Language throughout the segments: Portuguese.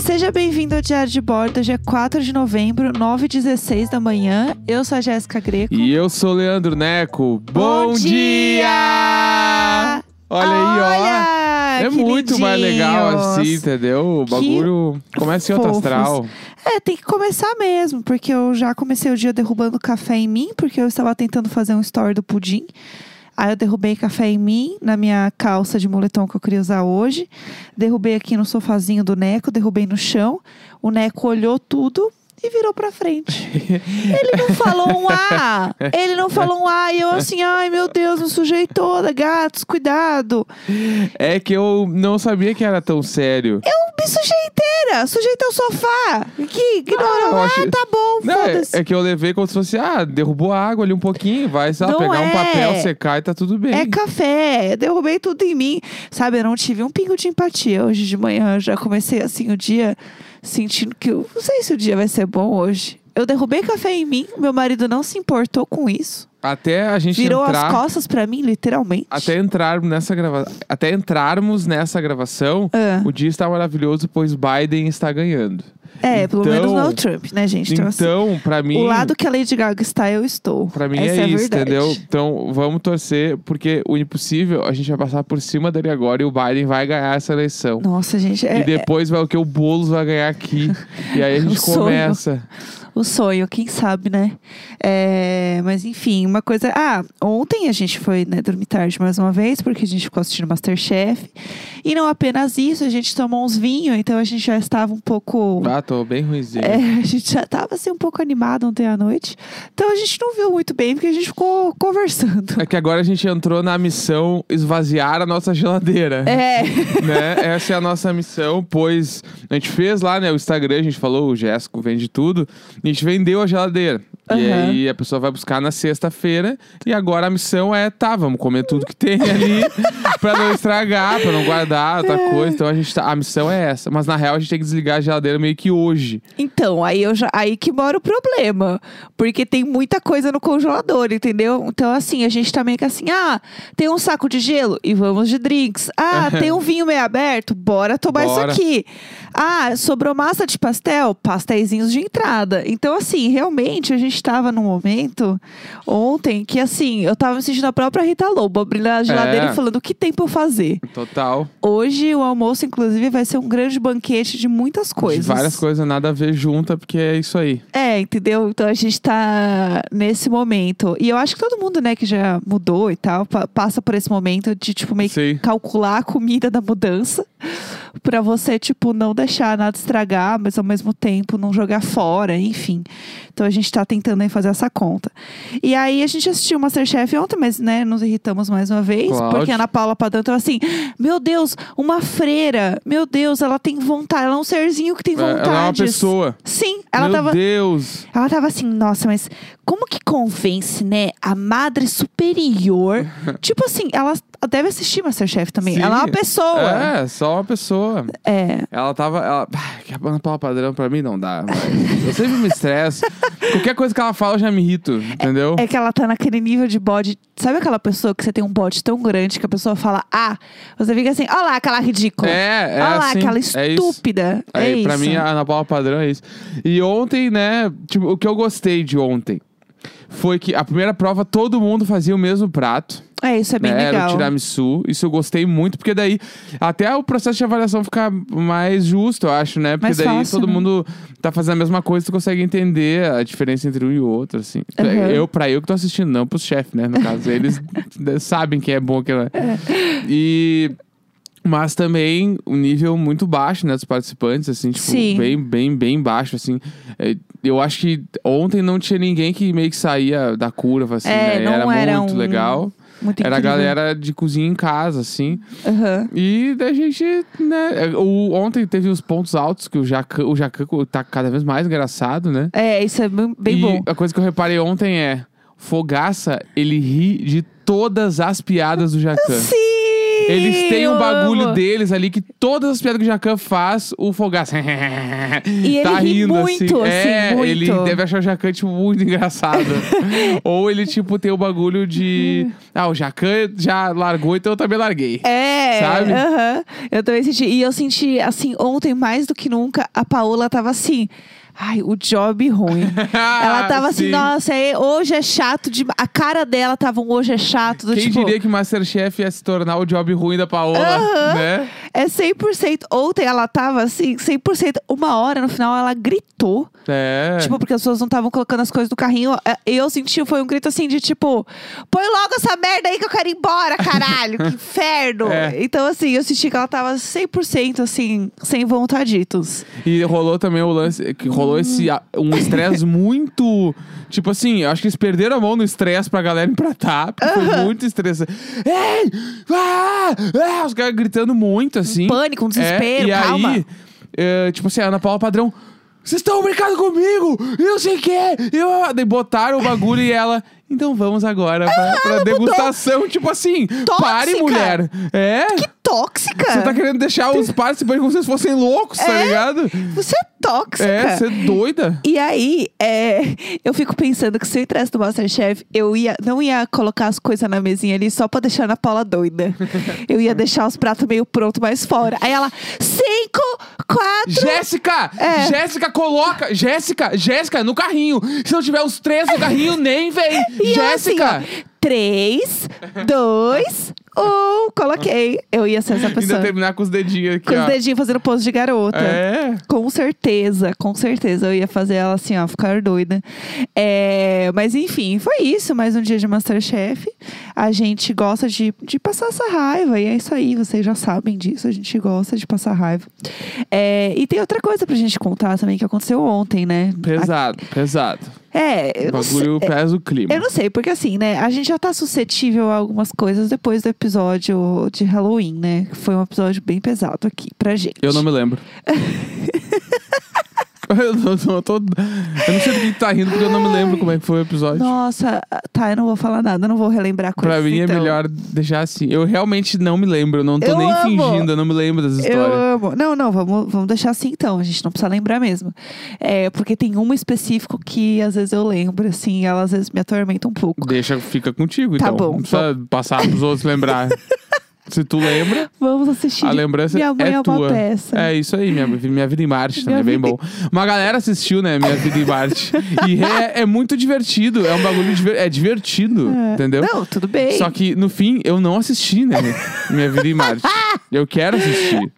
Seja bem-vindo ao Diário de Bordo, hoje é 4 de novembro, 9 h 16 da manhã. Eu sou a Jéssica Greco. E eu sou o Leandro Neco. Bom, Bom dia! Olha aí, ó. Olha, É muito mais legal assim, entendeu? O Que bagulho começa em outro fofos. astral. É, tem que começar mesmo, porque eu já comecei o dia derrubando café em mim, porque eu estava tentando fazer um story do pudim. Aí eu derrubei café em mim, na minha calça de moletom que eu queria usar hoje. Derrubei aqui no sofazinho do Neco, derrubei no chão. O Neco olhou tudo e virou pra frente. ele não falou um A! Ele não falou um A! E eu assim, ai meu Deus, me sujei toda, gatos, cuidado! É que eu não sabia que era tão sério. Eu me sujei inteira! Sujei teu sofá! Que ignorou! eu Ah, acho- tá bom, Não, é, foda-se! é que eu levei como se fosse, ah, derrubou a água ali um pouquinho, vai, sei lá, Não pegar é. um papel, secar e tá tudo bem. É café, eu derrubei tudo em mim. Sabe, eu não tive um pingo de empatia hoje de manhã. Eu já comecei assim o dia sentindo que eu não sei se o dia vai ser bom hoje. Eu derrubei café em mim, meu marido não se importou com isso. Até a gente Virou entrar. as costas pra mim, literalmente. Até entrarmos nessa grava... Até entrarmos nessa gravação, Ah. o dia está maravilhoso, pois Biden está ganhando. É, pelo Então- menos não é o Trump, né, gente? Então, assim, Então, pra mim. o lado que a Lady Gaga está, eu estou. Pra mim Essa é, é, a isso, verdade. entendeu? Então vamos torcer, porque o impossível a gente vai passar por cima dele agora e o Biden vai ganhar essa eleição. Nossa, gente, é, e depois vai o que o Boulos vai ganhar aqui. e aí a gente O sonho. começa. O sonho, quem sabe, né? É, mas enfim, uma coisa. Ah, ontem a gente foi né, dormir tarde mais uma vez, porque a gente ficou assistindo Masterchef. E não apenas isso, a gente tomou uns vinhos, então a gente já estava um pouco. Ah, tô bem ruimzinho. É, a gente já estava assim um pouco animado ontem à noite. Então a gente não viu muito bem, porque a gente ficou conversando. É que agora a gente entrou na missão esvaziar a nossa geladeira. É. né? Essa é a nossa missão, pois a gente fez lá, né? O Instagram, a gente falou, o Jéssico vende tudo. A gente vendeu a geladeira. E Aham. aí a pessoa vai buscar na sexta-feira. E agora a missão é, tá, vamos comer tudo que tem ali pra não estragar, pra não guardar outra É. coisa. Então a gente tá. A missão é essa. Mas na real a gente tem que desligar a geladeira meio que hoje. Então, aí, eu já, aí que mora o problema. Porque tem muita coisa no congelador, entendeu? Então, assim, a gente tá meio que assim, ah, tem um saco de gelo e vamos de drinks. Ah, tem um vinho meio aberto, bora tomar Bora. isso aqui. Ah, sobrou massa de pastel, pastéisinhos de entrada. Então, assim, realmente a gente tava num momento ontem que, assim, eu tava me sentindo a própria Rita Lobo, abrindo a geladeira É. e falando o que tem pra eu fazer. Total. Hoje o almoço, inclusive, vai ser um grande banquete de muitas coisas. De várias coisas, nada a ver junta, porque é isso aí. É, entendeu? Então a gente tá nesse momento. E eu acho que todo mundo, né, que já mudou e tal, pa- passa por esse momento de, tipo, meio que Sim. calcular a comida da mudança. Pra você, tipo, não deixar nada estragar, mas ao mesmo tempo não jogar fora, enfim. Então a gente tá tentando aí fazer essa conta. E aí a gente assistiu o Masterchef ontem, mas, né, nos irritamos mais uma vez. Claro. Porque a Ana Paula Padrão tava assim, meu Deus, uma freira, meu Deus, ela tem vontade, ela é um serzinho que tem Ela vontade. é uma pessoa. Sim, ela Meu tava. Deus! Ela tava assim, nossa, mas como que convence, né? A madre superior. tipo assim, ela deve assistir Masterchef também. Sim. Ela é uma pessoa. É, só uma pessoa. É. Ela tava. Ela, Ah, que a Ana Paula padrão pra mim não dá. mas eu sempre me estresso. Qualquer coisa que ela fala, eu já me irrito, entendeu? é. que ela tá naquele nível de bode. Sabe aquela pessoa que você tem um bode tão grande que a pessoa fala, ah, você fica assim, olha lá aquela ridícula. É, olha é lá assim, Ah, aquela é isso. estúpida. É, Aí, isso. pra mim, a Ana Paula padrão é isso. E ontem, né, tipo, o que eu gostei de ontem foi que a primeira prova todo mundo fazia o mesmo prato. É, isso é bem né, Era o legal. tiramisu. Isso eu gostei muito, porque daí até o processo de avaliação fica mais justo, eu acho, né? Porque Mais daí fácil, todo né? mundo tá fazendo a mesma coisa, tu consegue entender a diferença entre um e outro, assim. Uhum. Eu, pra eu que tô assistindo, não pros chefes, né? No caso, eles de- sabem que é bom que é. E... Mas também um nível muito baixo, né, dos participantes, assim, tipo, Sim. bem, bem, bem baixo, assim. É, Eu acho que ontem não tinha ninguém que meio que saía da curva, assim, É, né? não era muito um- legal. Muito Era a incrível. galera de cozinha em casa, assim. Aham. E da gente, né? O, ontem teve os pontos altos, que o Jacan, o Jacan tá cada vez mais engraçado, né? É, isso é bem, bem e bom. A coisa que eu reparei ontem é: Fogaça, ele ri de todas as piadas do Jacan. Sim! Eles têm um eu bagulho amo. deles ali que todas as piadas que o Jacan faz, o Fogaça. E ele tá ri rindo muito, assim, é, muito. ele deve achar o Jacan, tipo, muito engraçado. Ou ele, tipo, tem o bagulho de. Ah, o Jacan já largou, então eu também larguei. É, Sabe? aham. eu também senti. E eu senti, assim, ontem mais do que nunca, a Paola tava assim. Ai, o job ruim. Ela tava assim, Ah, Sim. nossa, é- hoje é chato. De... A cara dela tava um hoje é chato. Do, Quem tipo, diria que Masterchef ia se tornar o job ruim da Paola, Aham. né? É 100%. Ontem ela tava assim, 100%. Uma hora no final ela gritou. É. Tipo, porque as pessoas não estavam colocando as coisas no carrinho. É, Eu senti, foi um grito assim de tipo: põe logo essa merda aí que eu quero ir embora, caralho, que inferno. É. Então, assim, eu senti que ela tava 100% assim, sem vontaditos. E rolou também o lance, que rolou esse a- um estresse muito, tipo assim, eu acho que eles perderam a mão no estresse pra galera empratar, porque foi muito estressante. Ei! Ah! Ah! Os caras gritando muito assim. Pânico, um desespero, É, e calma. Aí, é, tipo assim, a Ana Paula Padrão. Vocês estão brincando comigo! Eu não sei o quê! Eu... Daí botaram o bagulho e ela. Então vamos agora pra, pra degustação. Tipo assim, pare, Ah, Tóxica! mulher! É? Que tóxica! Você tá querendo deixar os participantes como se eles fossem loucos, tá É. ligado? Você é tóxica! É, você é doida. E aí, é, eu fico pensando que se eu entrasse no Masterchef, eu ia, não ia colocar as coisas na mesinha ali só pra deixar na Paula doida. Eu ia deixar os pratos meio pronto mais fora. Aí ela, cinco, quatro. Jéssica! É. Jéssica, coloca! Jéssica, Jéssica, no carrinho! Se não tiver os três no carrinho, nem vem! E eu Jéssica! Assim, ó, três, dois, um. Coloquei. Eu ia ser essa Ainda pessoa. terminar com os dedinhos aqui, Com ó. os dedinhos fazendo pose de garota. É. Com certeza, com certeza. Eu ia fazer ela assim, ó, ficar doida. É, mas enfim, foi isso. Mais um dia de Masterchef. A gente gosta de, de passar essa raiva. E é isso aí, vocês já sabem disso. A gente gosta de passar raiva. É, e tem outra coisa pra gente contar também que aconteceu ontem, né? Pesado, pesado. É, eu O não sei. bagulho pesa o clima. Eu não sei, porque assim, né? A gente já tá suscetível a algumas coisas depois do episódio de Halloween, né? Que foi um episódio bem pesado aqui pra gente. Eu não me lembro. eu, não, não, eu tô- eu não sei do que tu tá rindo, porque eu não me lembro como é que foi o episódio. Nossa, tá, eu não vou falar nada, eu não vou relembrar coisas. Pra mim então. é melhor deixar assim. Eu realmente não me lembro, eu não tô Eu nem amo. fingindo, eu não me lembro Eu das histórias. amo. Não, não, vamos, vamos deixar assim então. A gente não precisa lembrar mesmo. É, porque tem uma específico que às vezes eu lembro, assim, e ela às vezes me atormenta um pouco. Deixa, fica contigo, Tá então. bom, Não precisa passar pros outros lembrar. Se tu lembra, Vamos assistir. a lembrança Minha mãe é, é, uma tua. peça. É isso aí, minha, minha vida em Marte também, é Minha bem vida bom. Uma galera assistiu, né, Minha Vida em Marte. e é, é muito divertido, é um bagulho, diver- é divertido, entendeu? Não, tudo bem. Só que, no fim, eu não assisti, né? Minha Vida em Marte. Eu quero assistir.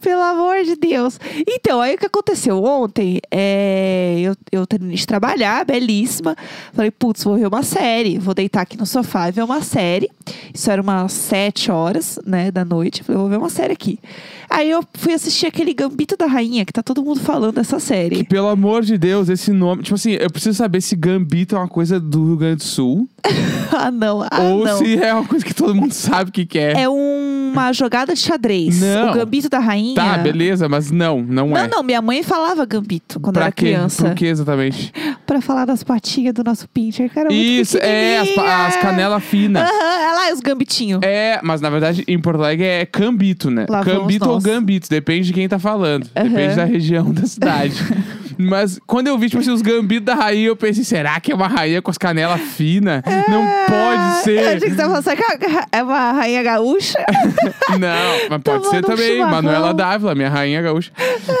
Pelo amor de Deus. Então, aí o que aconteceu ontem? É, eu, eu terminei de trabalhar, belíssima. Falei, putz, vou ver uma série. Vou deitar aqui no sofá e ver uma série. Isso era umas sete horas, né, da noite. Falei, vou ver uma série aqui. Aí eu fui assistir aquele Gambito da Rainha, que tá todo mundo falando dessa série. Pelo amor de Deus, esse nome... Tipo assim, eu preciso saber se Gambito é uma coisa do Rio Grande do Sul. ah, não. Ah, ou não. se é uma coisa que todo mundo sabe o que que É uma jogada de xadrez. Não. O Gambito da Rainha. Tá, beleza, mas não, não, é. Não, é. não, minha mãe falava gambito quando pra era quê? criança. Por que exatamente? Pra falar das patinhas do nosso pincher, cara. muito Isso, é, as, pa- as pequenininha. canelas né? finas. Aham, é lá os gambitinhos. É, mas na verdade em Porto Alegre é cambito, né? Lá vamos cambito ou nós. gambito, depende de quem tá falando. Depende Aham. da região da cidade. mas quando eu vi, tipo assim, os gambitos da rainha, eu pensei, será que é uma rainha com as canelas finas? É, É, Não pode Ah, Eu achei que ser. você tava falando, será que é uma rainha gaúcha? Não, mas pode ser Tomando um também. chimarrão. Manuela Dávila, minha rainha gaúcha.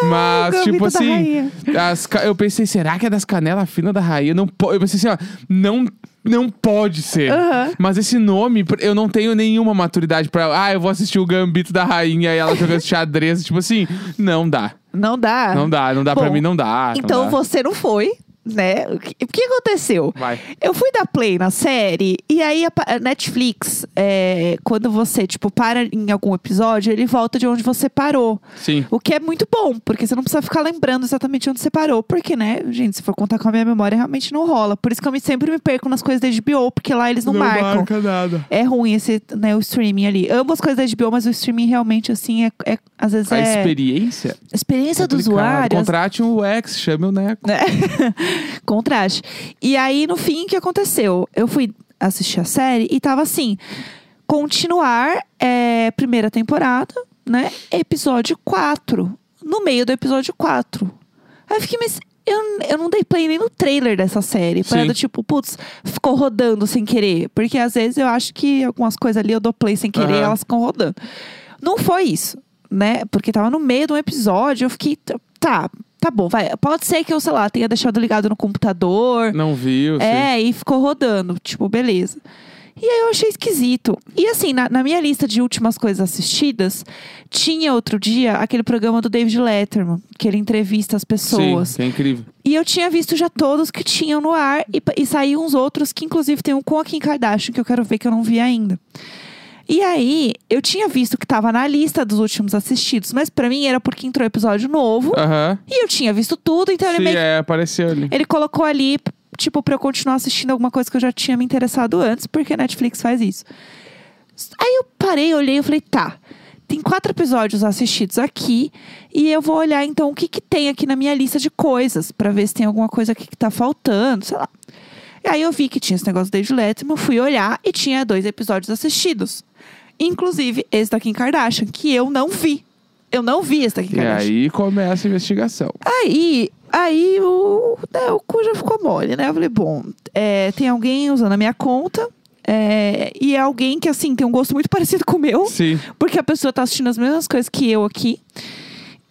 Mas, gambito tipo da assim, rainha. as ca- eu pensei, será que é das canelas finas da rainha? Não po... Eu pensei assim, ó, não. Não pode ser. Aham. Mas esse nome, pr- eu não tenho nenhuma maturidade pra. Ah, eu vou assistir o Gambito da Rainha e ela jogando xadrez. Tipo assim, não dá. Não dá. Não dá, não dá pra Bom, mim, não dá. não Então dá. você não foi, né? O que, o que aconteceu? Vai. Eu fui dar play na série e aí a pa- a Netflix, é, quando você, tipo, para em algum episódio, ele volta de onde você parou. Sim. O que é muito bom, porque você não precisa ficar lembrando exatamente onde você parou. Porque, né, gente, se for contar com a minha memória, realmente não rola. Por isso que eu me- sempre me perco nas coisas da HBO, porque lá eles não, marcam. nada. É ruim esse, né, o streaming ali. Amo as coisas da HBO, mas o streaming realmente, assim, é, é- às vezes A é... experiência. A experiência do complicado. usuário, Contrate um ex, chame o Neco. né? Contraste. E aí, no fim, o que aconteceu? Eu fui assistir a série e tava assim. continuar é, primeira temporada, né? Episódio 4. No meio do episódio 4. Aí eu fiquei, mas eu, eu não dei play nem no trailer dessa série. Sim. Para do tipo, putz, ficou rodando sem querer. Porque às vezes eu acho que algumas coisas ali eu dou play sem querer Aham. e elas ficam rodando. Não foi isso, né? Porque tava no meio de um episódio, eu fiquei, t- tá, tá bom, vai. Pode ser que eu, sei lá, tenha deixado ligado no computador. Não viu, sim. É, e ficou rodando. Tipo, beleza. E aí eu achei esquisito. E assim, na, na minha lista de últimas coisas assistidas, tinha outro dia aquele programa do David Letterman, que ele entrevista as pessoas. Sim, que é incrível. E eu tinha visto já todos que tinham no ar e, pa- e saiu uns outros, que inclusive tem um com a Kim Kardashian que eu quero ver que eu não vi ainda. E aí, eu tinha visto que tava na lista dos últimos assistidos, mas pra mim era porque entrou episódio novo Aham. e eu tinha visto tudo, então ele Ah. Sim, meio que é, apareceu ali. ele colocou ali, tipo, pra eu continuar assistindo alguma coisa que eu já tinha me interessado antes, porque a Netflix faz isso. Aí eu parei, olhei e falei, tá. Tem quatro episódios assistidos aqui e eu vou olhar então o que, que tem aqui na minha lista de coisas, pra ver se tem alguma coisa aqui que tá faltando, sei lá. E aí eu vi que tinha esse negócio do David Letterman, fui olhar e tinha dois episódios assistidos. Inclusive esse da Kim Kardashian, que eu não vi. Eu não vi esse da Kim E Kardashian. aí começa a investigação. Ah. Aí, aí o, né, o cu já ficou mole, né? Eu falei, bom, é, tem alguém usando a minha conta. é, e é alguém que, assim, tem um gosto muito parecido com o meu. Sim. Porque a pessoa tá assistindo as mesmas coisas que eu aqui.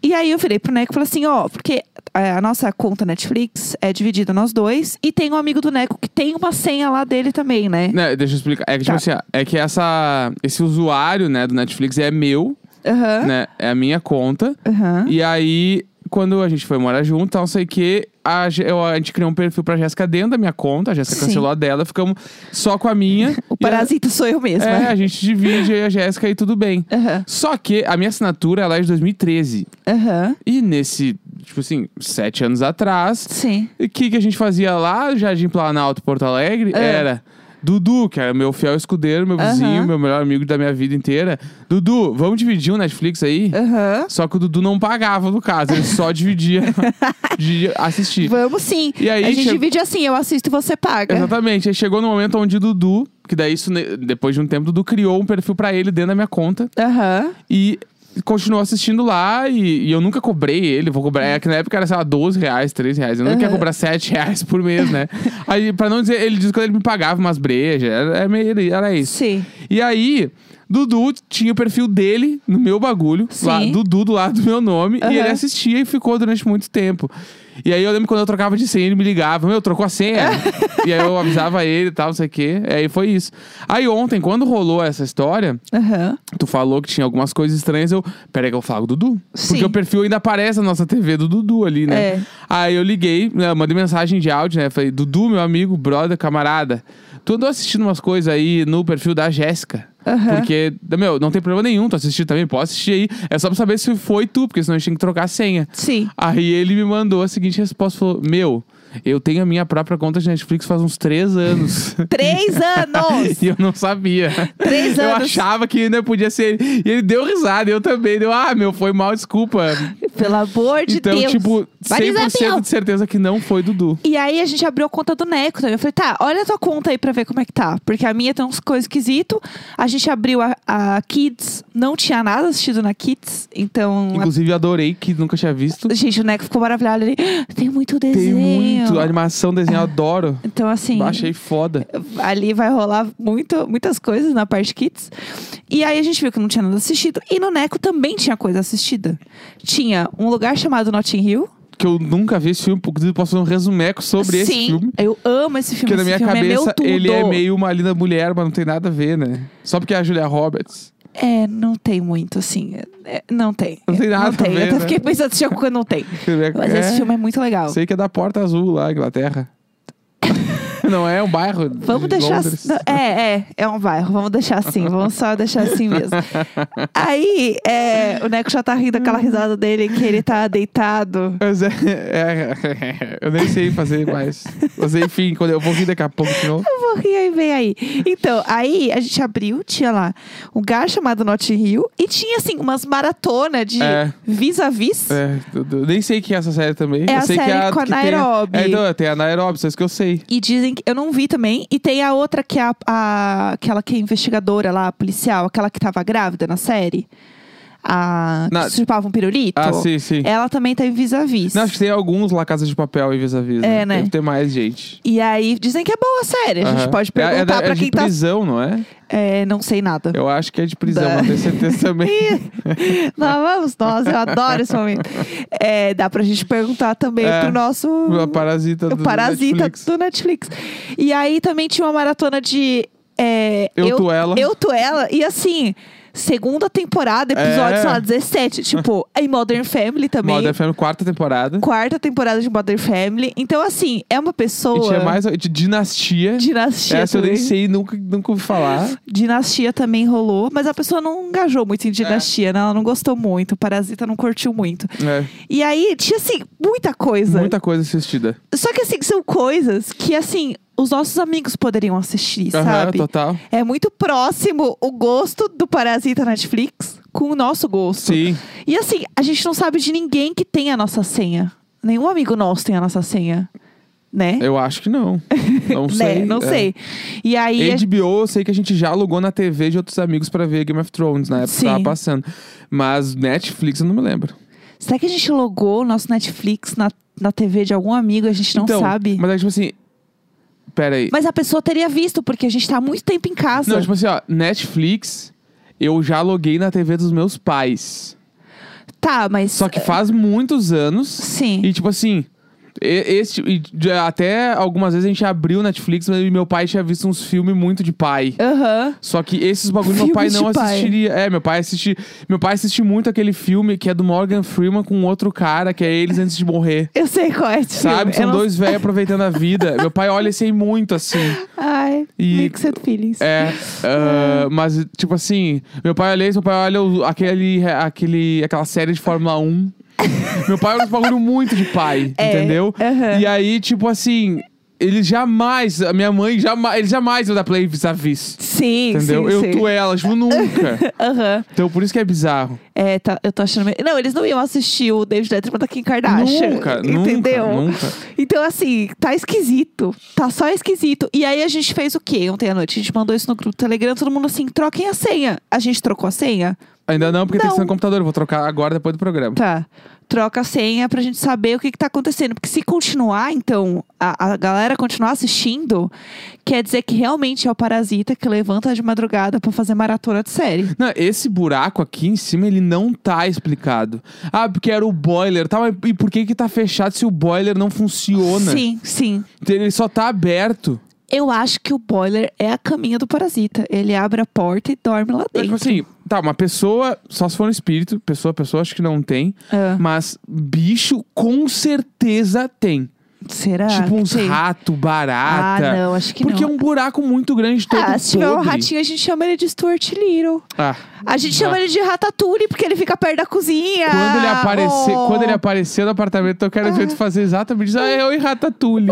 E aí eu virei pro Neco e falei assim, ó, porque é, a nossa conta Netflix é dividida nós dois. E tem um amigo do Neco que tem uma senha lá dele também, né? Não, deixa eu explicar. É que, tipo Tá. assim, ó, é que essa, esse usuário, né, do Netflix é meu, Aham. né? É a minha conta. Aham. E aí, quando a gente foi morar junto, tal, não sei o quê, a, Gé- eu- a gente criou um perfil pra Jéssica dentro da minha conta. A Jéssica Sim. cancelou a dela, ficamos só com a minha. O né? E a- parasita sou eu mesma. É, a gente divide eu e a Jéssica e tudo bem. Aham. Só que a minha assinatura, ela é de 2013. Aham. E nesse, tipo assim, sete anos atrás, Sim. o que, que a gente fazia lá, Jardim Planalto, Porto Alegre, É. era... Dudu, que era meu fiel escudeiro, meu Aham. vizinho, meu melhor amigo da minha vida inteira. Dudu, vamos dividir o Netflix aí? Aham. Só que o Dudu não pagava, no caso. Ele só dividia de assistir. Vamos é. sim. E aí a gente chegou- divide assim, eu assisto e você paga. Exatamente. Aí chegou no momento onde o Dudu... Que daí, isso, ne- depois de um tempo, o Dudu criou um perfil pra ele dentro da minha conta. Aham. E continuou assistindo lá. E, e eu nunca cobrei ele. Vou cobrar... É que na época era, sei lá, 12 reais, 13 reais. Eu não Aham. queria cobrar 7 reais por mês, né? Aí, pra não dizer... Ele disse que ele me pagava umas brejas. Era, era meio- era isso. Sim. E aí, Dudu tinha o perfil dele no meu bagulho, Sim. lá, Dudu do lado do meu nome, Aham. e ele assistia e ficou durante muito tempo. E aí eu lembro quando eu trocava de senha, ele me ligava, meu, trocou a senha. e aí eu avisava ele e tal, não sei o quê. E aí foi isso. Aí ontem, quando rolou essa história, Aham. tu falou que tinha algumas coisas estranhas, eu. Peraí, que eu falo com o Dudu. Sim. Porque o perfil ainda aparece na nossa TV do Dudu ali, né? É. Aí eu liguei, né, mandei mensagem de áudio, né? Falei, Dudu, meu amigo, brother, camarada, tu andou assistindo umas coisas aí no perfil da Jéssica. Aham. Porque, meu, não tem problema nenhum tu assistir também, pode assistir aí. É só pra saber se foi tu, porque senão a gente tem que trocar a senha. Sim. Aí ele me mandou a seguinte resposta: falou, meu, eu tenho a minha própria conta de Netflix faz uns três anos. Três anos! E eu não sabia. Três Eu anos. achava que ainda podia ser ele. E ele deu risada, eu também. Deu, ah, meu, foi mal, desculpa. Pelo amor de então, Deus. tipo, Vai, 100% Isabel! de certeza que não foi Dudu. E aí a gente abriu a conta do Neco também. Eu falei, tá, olha a tua conta aí pra ver como é que tá. Porque a minha tem uns coisas esquisito. A gente abriu a, a Kids, não tinha nada assistido na Kids. Então, a- Inclusive, eu adorei que nunca tinha visto. gente, o Neco ficou maravilhado. Ele, "Ah, tem muito Tem desenho. muito. Animação, desenho, eu adoro. Então, assim. Achei foda. ali vai rolar muito, muitas coisas na parte kids. E aí a gente viu que não tinha nada assistido. E no Neco também tinha coisa assistida. Tinha um lugar chamado Notting Hill. Que eu nunca vi esse filme, porque eu posso fazer um resumeco sobre Sim, esse filme. eu amo esse filme. Porque na esse minha filme é cabeça meu tudo. ele é meio uma linda mulher, mas não tem nada a ver, né? Só porque é a Julia Roberts. É, não tem muito, assim. É, não tem. Não tem nada Não tem. a ver, eu até né? fiquei pensando se tinha alguma coisa que não tem. Mas É, esse filme é muito legal. Sei que é da Porta Azul lá, Inglaterra. não é um bairro. de Vamos deixar. Londres. assim. É, é, é um bairro. Vamos deixar assim. Vamos só deixar assim mesmo. Aí, é, o Neco já tá rindo aquela risada dele que ele tá deitado. Mas é, é- eu nem sei fazer mais. Mas enfim, quando eu vou rir daqui a pouco de novo. Eu vou rir aí, vem aí. Então, aí a gente abriu, tinha lá um lugar chamado Notting Hill e tinha, assim, umas maratonas de É. vis-a-vis. É, eu- eu nem sei que é essa série também. É eu a sei que série é a, com a que tem a- Nairobi. É, então, tem a Nairobi, só isso que eu sei. E dizem eu não vi também. E tem a outra que é a, a- aquela que é investigadora lá, policial, aquela que tava grávida na série. A. Na- Que chupava um pirulito. Ah, sim, sim. Ela também tá em vis-a-vis. Não, acho que tem alguns lá, Casa de Papel e vis-a-vis. É, né? Deve ter mais gente. E aí, dizem que é boa a série. A gente Aham. pode É- é da- perguntar é, pra quem de tá. prisão, não é? É, não sei nada. Eu acho que é de prisão, Da- não tenho certeza também. Não, vamos nós, eu adoro esse momento. É, dá pra gente perguntar também É. pro nosso. A parasita do o parasita Netflix. do Netflix. E aí também tinha uma maratona de. é, Eu Tu Ela. Eu tu ela. E assim, segunda temporada, episódio, É. sei lá, 17. tipo, em Modern Family também. Modern Family, quarta temporada. Quarta temporada de Modern Family. Então, assim, é uma pessoa. E tinha mais de Dinastia. Dinastia. Essa eu nem também. sei, nunca, nunca ouvi falar. Dinastia também rolou, mas a pessoa não engajou É. muito em dinastia, né? Ela não gostou muito, o parasita não curtiu muito. É, E aí, tinha assim, muita coisa. muita coisa assistida. Só que assim, são coisas que assim, os nossos amigos poderiam assistir, Aham, sabe? total. É muito próximo o gosto do Parasita Netflix com o nosso gosto. Sim. E assim, a gente não sabe de ninguém que tem a nossa senha. Nenhum amigo nosso tem a nossa senha, né? Eu acho que não. Não Né? sei. Não é. sei. E é aí, HBO, eu sei que a gente já alugou na TV de outros amigos pra ver Game of Thrones na época Sim. que tava passando. Mas Netflix eu não me lembro. será que a gente logou o nosso Netflix na, na TV de algum amigo e a gente não então, sabe? Mas é tipo assim. Pera aí. Mas a pessoa teria visto, porque a gente tá há muito tempo em casa. Não, tipo assim, ó, Netflix eu já loguei na TV dos meus pais. Tá, mas. Só que faz muitos anos. Sim. E tipo assim. e- Esse, e de- até algumas vezes a gente abriu Netflix mas meu pai tinha visto uns filmes muito de pai. Aham. Só que esses bagulho meu pai Filmes não de pai. assistiria. É, meu pai assiste, meu pai assiste muito aquele filme que é do Morgan Freeman com outro cara, que é eles antes de morrer. Eu sei qual é esse filme. Sabe? São Eu não- dois velhos aproveitando a vida. meu pai olha esse aí muito assim. Ai, E- mixed feelings. É, ah, mas tipo assim, meu pai olha isso, meu pai olha o- aquele, aquele, aquela série de Fórmula 1. meu pai olha um bagulho muito de pai, É, entendeu? aham. E aí, tipo assim, ele jamais, a minha mãe jamais, ele jamais vai dar play vis-a-vis. Sim, Entendeu? sim, eu sim. tu ela, tipo, nunca. Aham. Então por isso que é bizarro. É, tá, eu tô achando. meio- Não, eles não iam assistir o David Letterman da Kim Kardashian. Nunca, nunca, Tá, entendeu? nunca. Então, assim, tá esquisito. Tá só esquisito. E aí a gente fez o quê ontem à noite? A gente mandou isso no grupo do Telegram, todo mundo assim, troquem a senha. A gente trocou a senha? Ainda não, porque tem Não. que ser no computador. Eu vou trocar agora, depois do programa. Tá. Troca a senha pra gente saber o que, que tá acontecendo. Porque se continuar, então, a, a galera continuar assistindo, quer dizer que realmente é o parasita que levanta de madrugada pra fazer maratona de série. Não, esse buraco aqui em cima, ele não tá explicado. Ah, porque era o boiler. Tá, mas e por que que tá fechado se o boiler não funciona? Sim, sim. Então, Ele só tá aberto. Eu acho que o boiler é a caminha do parasita. Ele abre a porta e dorme lá Então, tipo dentro. assim, tá, uma pessoa, só se for um espírito, pessoa, pessoa, acho que não tem. Ah, Mas bicho, com certeza tem. será? tipo uns Sim. rato, Ah, barata. não, acho que porque não. é um buraco muito grande todo Ah, se tiver um podre. ratinho, a gente chama ele de Stuart Little. Ah, A gente Ah. chama ele de Ratatouille, porque ele fica perto da cozinha. Quando ele aparecer, Oh. quando ele aparecer no apartamento, eu quero ver tu fazer exatamente isso. Ah, eu e Ratatouille.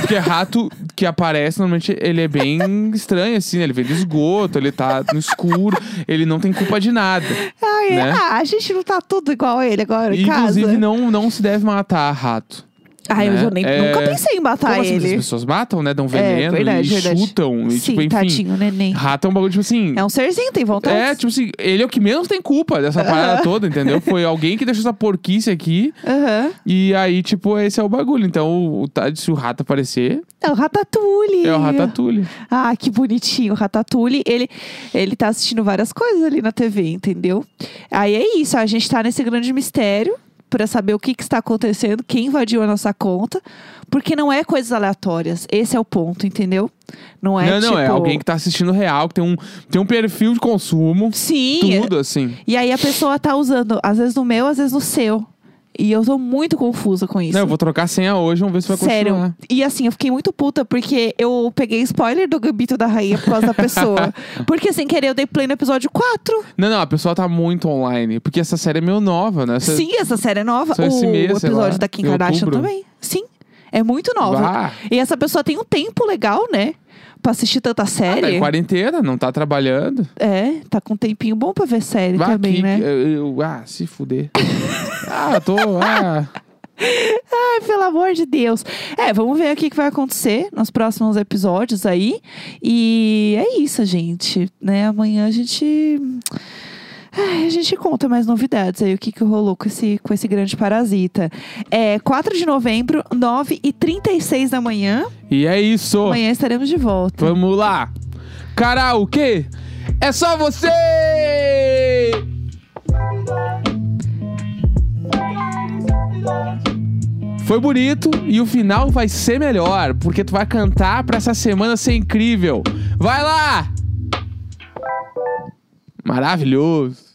Porque rato que aparece, normalmente ele é bem estranho, assim, né? Ele vem do esgoto, ele tá no escuro, ele não tem culpa de nada. Ai, né? Ah, a gente não tá tudo igual a ele agora E, em casa. inclusive, não, não se deve matar rato. Ah, eu né? já nem, É. nunca pensei em matar Como assim? As Tá, ele. É, pessoas matam, né? Dão veneno verdade, e verdade. chutam. E, Sim, tipo, enfim. tadinho, neném. Rato é um bagulho, tipo assim. É um serzinho, tem vontade. É, tipo assim, ele é o que menos tem culpa dessa parada toda, entendeu? Foi alguém que deixou essa porquice aqui. Aham. E aí, tipo, esse é o bagulho. Então, o, o, tá- se o rato aparecer, É o Ratatouille. é o Ratatouille. Ah, que bonitinho. O Ratatouille, ele, ele tá assistindo várias coisas ali na TV, entendeu? Aí é isso, a gente tá nesse grande mistério pra saber o que, que está acontecendo, quem invadiu a nossa conta, porque não é coisas aleatórias. Esse é o ponto, entendeu? Não é não, não, é tipo- alguém que tá assistindo real, que tem um, tem um perfil de consumo. Sim, é Tudo, assim. e aí a pessoa tá usando, às vezes no meu, às vezes no seu. E eu tô muito confusa com isso. Não, eu vou trocar a senha hoje, vamos ver se vai Sério. continuar. E assim, eu fiquei muito puta porque eu peguei spoiler do Gambito da Rainha por causa da pessoa. porque sem querer eu dei play no episódio 4. Não, não, a pessoa tá muito online. Porque essa série é meio nova, né? Essa- Sim, essa série é nova. só esse o mês, sei episódio lá, da Kim em Kardashian outubro. também. Sim. É muito nova. Bah. E essa pessoa tem um tempo legal, né? Pra assistir tanta Tá em série. quarentena, não tá trabalhando. é, tá com um tempinho bom pra ver série Vai também, aqui, né? eu- eu- ah, se fuder. ah, eu tô. Ah, Ai, pelo amor de Deus. É, vamos ver aqui o que vai acontecer nos próximos episódios aí. E é isso, gente. Né? Amanhã a gente. Ai, a gente conta mais novidades aí, o que, que rolou com esse, com esse grande parasita. É 4 de novembro, 9h36 da manhã. E é isso. Amanhã estaremos de volta. Vamos lá. Karaokê é só você! Foi bonito e o final vai ser melhor, porque tu vai cantar pra essa semana ser incrível. Vai lá! Maravilhoso.